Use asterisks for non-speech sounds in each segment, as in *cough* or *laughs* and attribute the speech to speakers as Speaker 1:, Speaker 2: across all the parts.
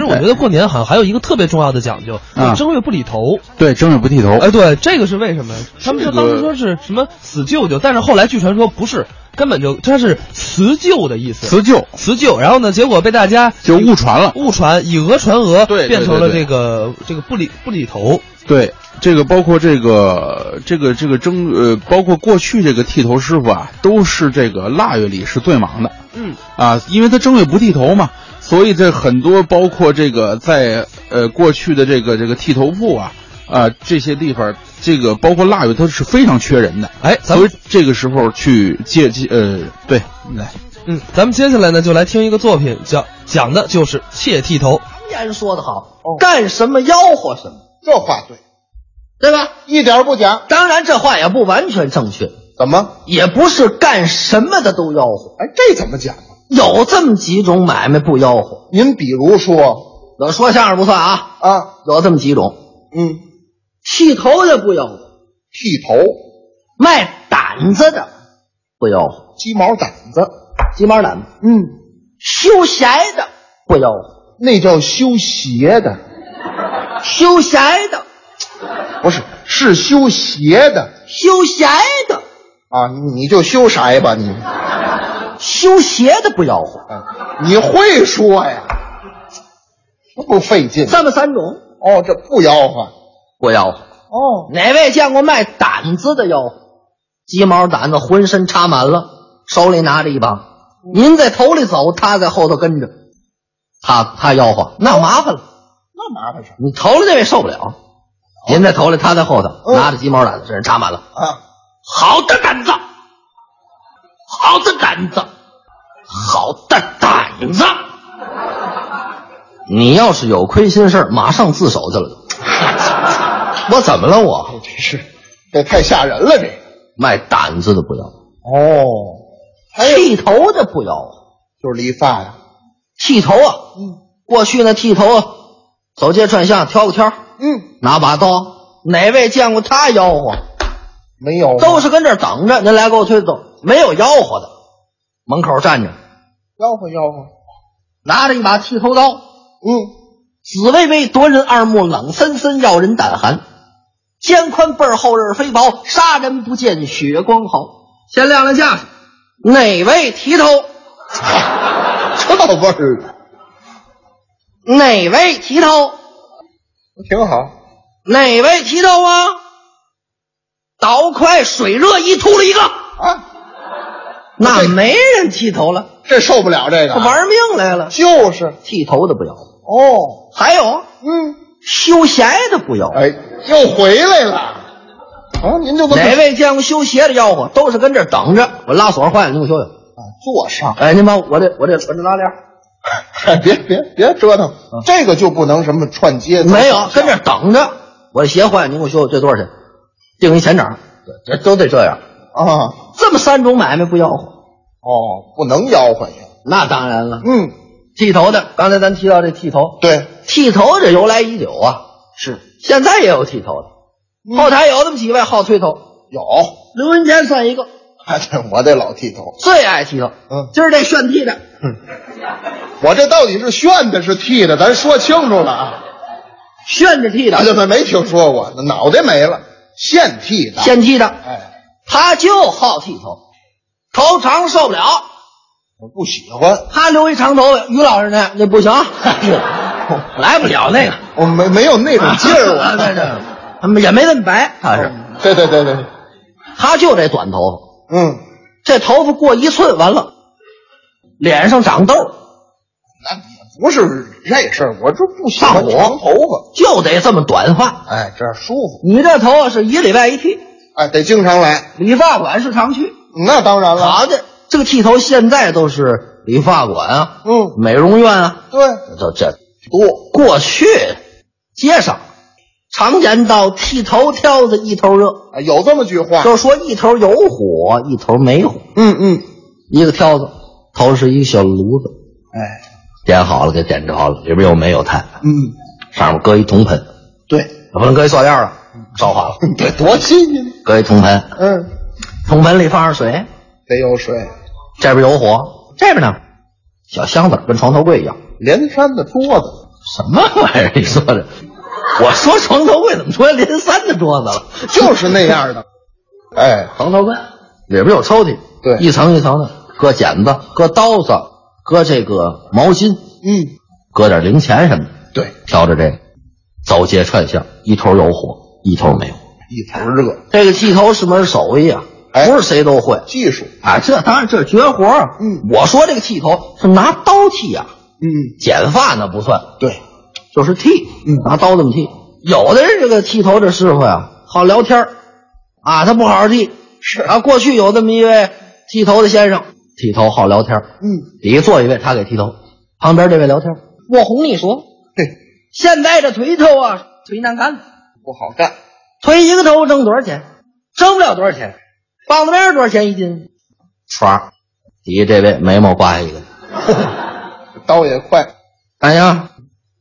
Speaker 1: 我觉得过年好像还有一个特别重要的讲究，
Speaker 2: 啊
Speaker 1: 就正月不理头。
Speaker 2: 对，正月不剃头。
Speaker 1: 哎，对，这个是为什么？他们说
Speaker 3: 这个
Speaker 1: 当时说是什么死舅舅，但是后来据传说不是，根本就他是辞旧的意思，
Speaker 2: 辞旧
Speaker 1: 辞旧。然后呢，结果被大家
Speaker 2: 就误传了。
Speaker 1: 误传，以讹传讹，
Speaker 3: 对对
Speaker 1: 变成了
Speaker 3: 对对
Speaker 1: 这个这个不理不理头。
Speaker 2: 对，这个包括这个这个这个正呃，包括过去这个剃头师傅啊，都是这个腊月里是最忙的。
Speaker 1: 嗯，
Speaker 2: 啊，因为他正月不剃头嘛，所以这很多包括这个在呃过去的这个这个剃头铺啊啊、这些地方，这个包括腊月它是非常缺人的，
Speaker 1: 哎，咱
Speaker 2: 所
Speaker 1: 们
Speaker 2: 以这个时候去借借呃对来
Speaker 1: 嗯，咱们接下来呢就来听一个作品，叫讲的就是切剃头。
Speaker 4: 常言说得好，干什么吆喝什么，
Speaker 5: 哦这话对，
Speaker 4: 对吧？
Speaker 5: 一点儿不假。
Speaker 4: 当然，这话也不完全正确，
Speaker 5: 怎么？
Speaker 4: 也不是干什么的都吆喝，
Speaker 5: 哎，这怎么讲啊？
Speaker 4: 有这么几种买卖不吆喝。
Speaker 5: 您比如说
Speaker 4: 我说相声不算啊，
Speaker 5: 啊，
Speaker 4: 有这么几种：
Speaker 5: 嗯，
Speaker 4: 剃头的不吆喝，
Speaker 5: 剃头、
Speaker 4: 卖掸子的不吆喝，
Speaker 5: 鸡毛掸子，
Speaker 4: 鸡毛掸子；
Speaker 5: 嗯，
Speaker 4: 修鞋的不吆喝，
Speaker 5: 那叫修鞋的，
Speaker 4: 修鞋的，
Speaker 5: 不是是修鞋的
Speaker 4: 修鞋的，
Speaker 5: 啊！你就修啥吧你？
Speaker 4: 修鞋的不吆喝，
Speaker 5: 啊，你会说呀？这不费劲
Speaker 4: 这么三种
Speaker 5: 哦，这不吆喝
Speaker 4: 不吆喝。
Speaker 5: 哦，
Speaker 4: 哪位见过卖掸子的吆喝？鸡毛掸子浑身插满了，手里拿着一把。
Speaker 5: 嗯
Speaker 4: 您在头里走，他在后头跟着，他他吆喝，那麻烦了。
Speaker 5: 哦那麻烦啥
Speaker 4: 你头里那位受不了，您在头里，他在后头，
Speaker 5: 嗯
Speaker 4: 拿着鸡毛掸子，这人插满了。
Speaker 5: 啊？
Speaker 4: 好的掸子，好的掸子，好的掸子。你要是有亏心事儿马上自首去了。 *laughs* 我怎么了我？
Speaker 5: 这是这太吓人了，这
Speaker 4: 卖掸子的不要，
Speaker 5: 哦，
Speaker 4: 剃头的不要，
Speaker 5: 就是理发呀、
Speaker 4: 剃头啊，过去那剃头啊，走街串巷挑个挑，
Speaker 5: 嗯，
Speaker 4: 拿把刀，哪位见过他吆喝？
Speaker 5: 没有啊
Speaker 4: 都是跟这儿等着，您来给我推走，没有吆喝的，门口站着，
Speaker 5: 吆喝吆喝，
Speaker 4: 拿着一把剃头刀，
Speaker 5: 嗯，
Speaker 4: 紫薇薇夺人二目，冷森森要人胆寒，肩宽背儿厚刃儿飞薄，杀人不见血光豪。先亮亮架，哪位提头？ *laughs*
Speaker 5: 这味儿啊
Speaker 4: 哪位提头？
Speaker 5: 挺好。
Speaker 4: 哪位提到啊？倒快水热一秃了一个，
Speaker 5: 啊，
Speaker 4: 那没人剃头了，
Speaker 5: 这受不了这个，
Speaker 4: 他玩命来了。
Speaker 5: 就是
Speaker 4: 啊剃头的不要，
Speaker 5: 哦，
Speaker 4: 还有
Speaker 5: 嗯，
Speaker 4: 修鞋的不要。
Speaker 5: 哎，又回来了啊！您就这么
Speaker 4: 哪位见过修鞋的吆喝？都是跟这儿等着，我拉锁换，你给我修修。
Speaker 5: 啊坐上， *laughs* 哎
Speaker 4: 哎，您帮我这我这存着拉链儿，
Speaker 5: 别别别折腾，这个就不能什么串街，
Speaker 4: 嗯没有，跟这儿等着，我这鞋换，您给我修修，这多少钱？定一钱整，这都得这样。
Speaker 5: 啊，
Speaker 4: 这么三种买卖不吆喝，
Speaker 5: 哦，不能吆喝呀。
Speaker 4: 那当然了。
Speaker 5: 嗯，
Speaker 4: 剃头的，刚才咱提到这剃头，
Speaker 5: 对，
Speaker 4: 剃头这由来已久啊，是现在也有剃头的，后台有这么几位好剃头，
Speaker 5: 有，
Speaker 4: 刘文坚算一个，
Speaker 5: 哎，对我得老剃头，
Speaker 4: 最爱剃头。
Speaker 5: 嗯
Speaker 4: 今儿这炫剃的，
Speaker 5: 我这到底是炫的，是剃的，咱说清楚了啊！
Speaker 4: 炫着剃
Speaker 5: 大
Speaker 4: 的，
Speaker 5: 家们没听说过，脑袋没了，现剃的，
Speaker 4: 现剃的，
Speaker 5: 哎，
Speaker 4: 他就好剃头，头长受不了，
Speaker 5: 我不喜欢，
Speaker 4: 他留一长头发，于老师那样那不行， *laughs* 来不了那个
Speaker 5: 我没没有那种劲儿， *laughs*
Speaker 4: *laughs*
Speaker 5: 嗯我
Speaker 4: 对对对，也没那么白，他啊是
Speaker 5: 对对对对，
Speaker 4: 他就这短头发，
Speaker 5: 嗯，
Speaker 4: 这头发过一寸完了，脸上长痘儿。
Speaker 5: 那也不是这事儿，我这不喜
Speaker 4: 上
Speaker 5: 欢
Speaker 4: 火
Speaker 5: 长头发，
Speaker 4: 就得这么短发。
Speaker 5: 哎，这样舒服，
Speaker 4: 你这头发是一礼拜一剃，
Speaker 5: 哎，得经常来，
Speaker 4: 理发馆是常去。
Speaker 5: 那当然了，
Speaker 4: 好的，这个剃头现在都是理发馆啊、
Speaker 5: 嗯，
Speaker 4: 美容院啊，
Speaker 5: 对，
Speaker 4: 这这
Speaker 5: 多，
Speaker 4: 过去街上常言道“剃头挑子一头热
Speaker 5: 啊有这么句”，话，
Speaker 4: 就说一头有火，一头没火。
Speaker 5: 嗯嗯，
Speaker 4: 一个挑子头是一个小炉子，
Speaker 5: 哎，
Speaker 4: 点好了给点着了，里边又没有炭，
Speaker 5: 嗯，
Speaker 4: 上面搁一铜盆，
Speaker 5: 对，
Speaker 4: 不能搁一塑料了，烧化了。
Speaker 5: 得多新鲜，
Speaker 4: 搁一铜盆，
Speaker 5: 嗯，
Speaker 4: 铜盆里放上水，
Speaker 5: 得有水，
Speaker 4: 这边有火，这边呢，小箱子跟床头柜一样，
Speaker 5: 连山的桌子，
Speaker 4: 什么玩意儿？你说的，我说床头柜怎么出来连三的桌子了？
Speaker 5: 就是那样的。哎，
Speaker 4: 床头柜里边有抽屉，
Speaker 5: 对
Speaker 4: 一层一层的，搁剪子，搁刀子，搁这个毛巾，
Speaker 5: 嗯，
Speaker 4: 搁点零钱什么的，
Speaker 5: 对，
Speaker 4: 挑着这个走街串巷，一头有火，一头没有。
Speaker 5: 一头热，
Speaker 4: 这个剃头是门手艺啊，
Speaker 5: 哎
Speaker 4: 不是谁都会
Speaker 5: 技术，
Speaker 4: 啊。这当然这是绝活儿。啊
Speaker 5: 嗯，
Speaker 4: 我说这个剃头是拿刀剃啊，
Speaker 5: 嗯，
Speaker 4: 剪发那不算，
Speaker 5: 对，
Speaker 4: 就是剃，拿刀这么剃。有的人这个剃头这师傅呀，好聊天儿啊，他不好好剃。
Speaker 5: 是
Speaker 4: 啊，过去有这么一位剃头的先生，剃头好聊天儿
Speaker 5: 嗯，
Speaker 4: 底下坐一位，他给剃头，旁边这位聊天儿我哄你说，
Speaker 5: 嘿，
Speaker 4: 现在这腿头啊，忒难干了，
Speaker 5: 不好干， *laughs*
Speaker 4: 推一个头挣多少钱？挣不了多少钱，棒子面儿多少钱一斤？唰，底下这位眉毛刮一个，
Speaker 5: 刀也快，
Speaker 4: 哎呀，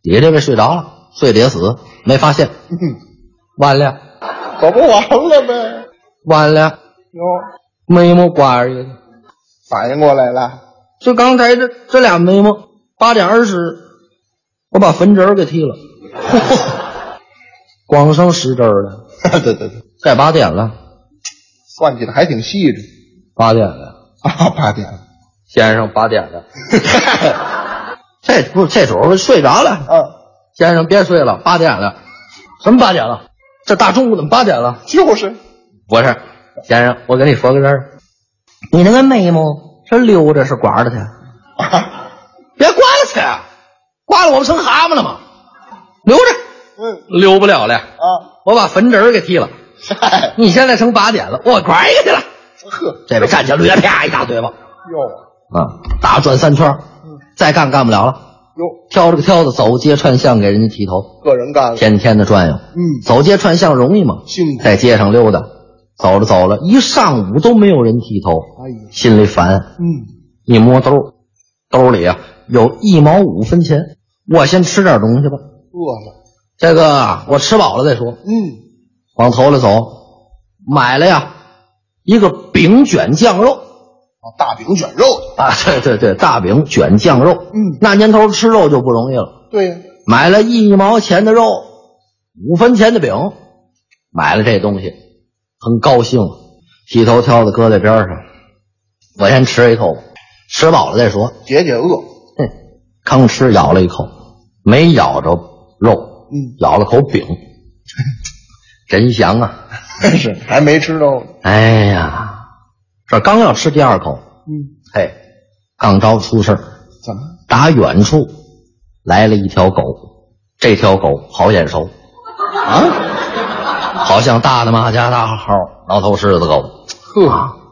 Speaker 4: 底下这位睡着了，睡得也死，没发现，
Speaker 5: 嗯，
Speaker 4: 完了。
Speaker 5: 可不完了呗。
Speaker 4: 完了，
Speaker 5: 哟，
Speaker 4: 眉毛刮一个，
Speaker 5: 反应过来了， *laughs*
Speaker 4: 就刚才这这俩眉毛，八点二十，我把坟侄儿给剃了，光剩十根儿了，
Speaker 5: 对对对，
Speaker 4: 该八点了，
Speaker 5: 算计的还挺细致
Speaker 4: 八点了，
Speaker 5: 啊，八点 *laughs* 了，
Speaker 4: 先生八点了，这不这主儿睡着了，
Speaker 5: 啊，
Speaker 4: 先生别睡了，八点了，什么八点了？这大中午怎么八点了？
Speaker 5: 就是， *laughs*
Speaker 4: 不是，先生，我跟你说个事儿，你那个眉毛是溜着是刮着去？别刮了去，刮了我不成蛤蟆了吗？留着，
Speaker 5: 嗯
Speaker 4: 留不了了。
Speaker 5: 啊，
Speaker 4: 我把坟侄儿给剃了，
Speaker 5: 嗨，
Speaker 4: 你现在成八点了，我刮一个去了。
Speaker 5: 呵，
Speaker 4: 这边站起来，捋啪一大嘴巴，
Speaker 5: 哟
Speaker 4: 啊，打转三圈儿，再干干不了了，
Speaker 5: 哟，
Speaker 4: 挑着个挑子走街串巷给人家剃头，
Speaker 5: 个人干了，
Speaker 4: 天天的转悠。
Speaker 5: 嗯，
Speaker 4: 走街串巷容易吗？
Speaker 5: 辛苦，
Speaker 4: 在街上溜达，走着走了一上午都没有人剃头，
Speaker 5: 哎呀，
Speaker 4: 心里烦。
Speaker 5: 嗯，
Speaker 4: 一摸兜，兜里啊有一毛五分钱，我先吃点东西吧。
Speaker 5: 饿了，
Speaker 4: 这个啊我吃饱了再说。
Speaker 5: 嗯，
Speaker 4: 往头里走，买了呀一个饼卷酱肉
Speaker 5: 啊，大饼卷肉，
Speaker 4: 啊，对对对，大饼卷酱肉。
Speaker 5: 嗯，
Speaker 4: 那年头吃肉就不容易了，
Speaker 5: 对呀，
Speaker 4: 买了一毛钱的肉，五分钱的饼，买了这东西，很高兴，剃头挑子搁在边上，我先吃一口吧，吃饱了再说。
Speaker 5: 解解饿，
Speaker 4: 哼，吭哧咬了一口，没咬着肉，
Speaker 5: 嗯，
Speaker 4: 咬了口
Speaker 5: *laughs*
Speaker 4: 饼，真香啊！
Speaker 5: 真是还没吃着呢，
Speaker 4: 哎呀，这刚要吃第二口，
Speaker 5: 嗯，
Speaker 4: 嘿，刚招出事儿，
Speaker 5: 怎么？
Speaker 4: 打远处来了一条狗，这条狗好眼熟，
Speaker 5: 啊，
Speaker 4: 好像大的马家大号挠头狮子狗，
Speaker 5: 呵，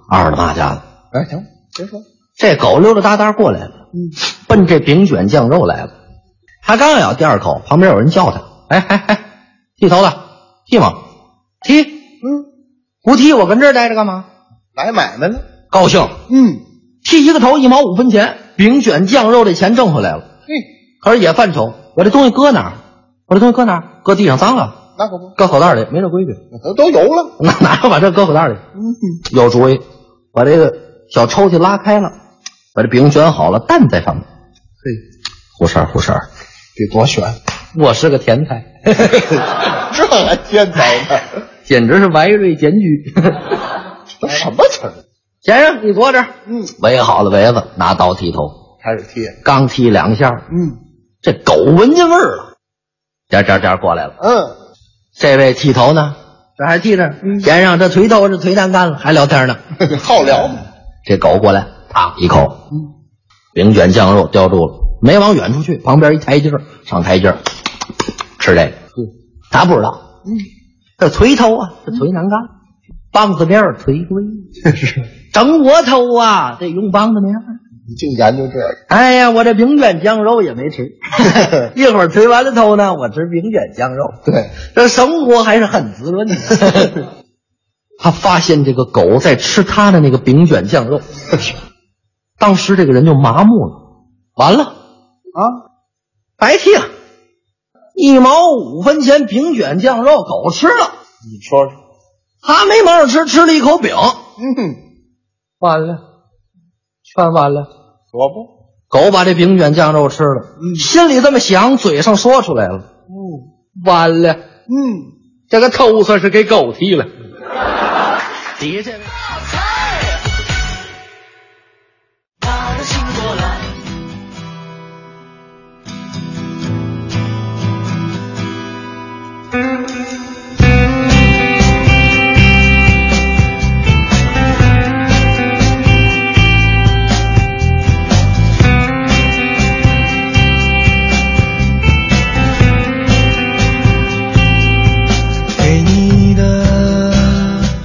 Speaker 4: 二的马家的。
Speaker 5: 哎，行，别说，
Speaker 4: 这狗溜溜达达过来了，
Speaker 5: 嗯，
Speaker 4: 奔这饼卷酱肉来了。他刚咬第二口，旁边有人叫他：“哎哎哎，剃头的，剃吗？剃，
Speaker 5: 嗯，
Speaker 4: 不剃我跟这儿待着干嘛
Speaker 5: 来买卖了，？”
Speaker 4: 高兴，
Speaker 5: 嗯，
Speaker 4: 剃一个头一毛五分钱，饼卷酱肉这钱挣回来了。
Speaker 5: 嘿，
Speaker 4: 可是也犯愁，我这东西搁哪儿？我这东西搁哪儿？搁地上脏了，
Speaker 5: 那可不，
Speaker 4: 搁口袋里，没这规矩。
Speaker 5: 都都有了，
Speaker 4: 哪哪有把这搁口袋里？
Speaker 5: 嗯
Speaker 4: 有主意，把这个小抽屉拉开了，把这饼卷好了，蛋在上面。
Speaker 5: 嘿，
Speaker 4: 胡婶儿，胡婶儿，
Speaker 5: 得多悬，
Speaker 4: 我是个甜菜，
Speaker 5: *laughs*
Speaker 4: *laughs*
Speaker 5: 这还颠倒呢，
Speaker 4: 简直是歪瑞检举。
Speaker 5: *laughs* 都什么词儿？
Speaker 4: *laughs* 先生，你坐这儿。
Speaker 5: 嗯，
Speaker 4: 围好了围子，拿刀剃头，
Speaker 5: 开始贴，
Speaker 4: 刚剃两下，
Speaker 5: 嗯
Speaker 4: 这狗闻见味儿了，颠颠颠过来了。
Speaker 5: *laughs* 嗯，
Speaker 4: 这位剃头呢？嗯这还剃着，先生，这腿头这腿蛋干了，还聊天呢。
Speaker 5: 好聊嘛，
Speaker 4: 这狗过来，啪一口，饼卷酱肉叼住了，没往远处去，旁边一台阶儿上台阶儿吃这个，他不知道，这腿头啊，这腿难干，棒子面儿腿归， *laughs* 整我头啊，得用棒子面儿。
Speaker 5: 你净研究这个，
Speaker 4: 哎呀，我这饼卷酱肉也没 *laughs* 吃，一会儿推完了头呢，我吃饼卷酱肉，
Speaker 5: 对，
Speaker 4: 这生活还是很滋润的。 *laughs* 他发现这个狗在吃他的那个饼卷酱肉，当时这个人就麻木了，完了，
Speaker 5: 啊，
Speaker 4: 白剃了，一毛五分钱饼卷酱肉，狗吃了，
Speaker 5: 你说说，
Speaker 4: 他没忙着吃，吃了一口饼，
Speaker 5: 嗯，
Speaker 4: 完了，全完了。
Speaker 5: 可不，
Speaker 4: 狗把这饼卷酱肉吃了，心里这么想，嘴上说出来了，完了，
Speaker 3: 嗯，
Speaker 4: 这个头算是给狗剃了。底下这位
Speaker 3: 他们醒过来，给你的。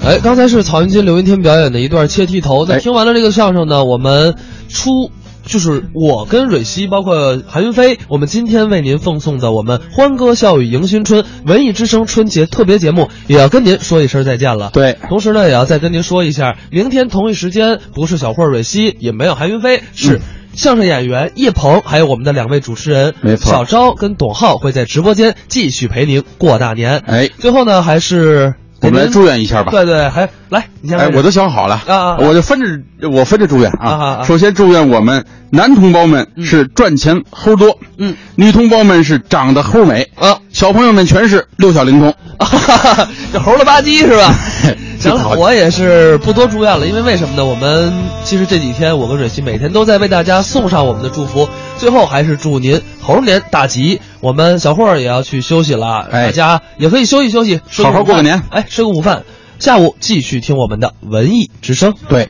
Speaker 1: 哎，刚才是曹云金、刘云天表演的一段切剃头。在
Speaker 2: 哎
Speaker 1: 听完了这个相声呢，我们出就是我跟蕊希，包括韩云飞，我们今天为您奉送的我们欢歌笑语迎新春文艺之声春节特别节目，也要跟您说一声再见了。
Speaker 2: 对
Speaker 1: 同时呢，也要再跟您说一下，明天同一时间不是小霍蕊希，也没有韩云飞，
Speaker 2: 嗯
Speaker 1: 是。相声演员叶鹏，还有我们的两位主持人，
Speaker 2: 没错
Speaker 1: 小昭跟董浩会在直播间继续陪您过大年。
Speaker 2: 哎
Speaker 1: 最后呢，还是
Speaker 2: 我们来
Speaker 1: 给您
Speaker 2: 祝愿一下吧
Speaker 1: 对对，还来，你先开
Speaker 2: 哎，
Speaker 1: 始。
Speaker 2: 我都想好了，
Speaker 1: 啊啊
Speaker 2: 我就分着我分着祝愿
Speaker 1: 啊啊
Speaker 2: 啊。
Speaker 1: 啊
Speaker 2: 首先祝愿我们男同胞们是赚钱齁多，
Speaker 1: 嗯，
Speaker 2: 女同胞们是长得齁美
Speaker 1: 啊，
Speaker 2: 小朋友们全是六小龄童。？
Speaker 1: *laughs* 这猴了吧唧是吧
Speaker 2: *laughs*
Speaker 1: 行了，我也是不多祝愿了，因为为什么呢？我们其实这几天，我跟蕊希每天都在为大家送上我们的祝福。最后还是祝您猴年大吉！我们小霍儿也要去休息了，
Speaker 2: 哎
Speaker 1: 大家也可以休息休息，吃
Speaker 2: 好好
Speaker 1: 午
Speaker 2: 过个
Speaker 1: 饭
Speaker 2: 年
Speaker 1: 哎，吃个午饭，下午继续听我们的文艺之声。
Speaker 2: 对。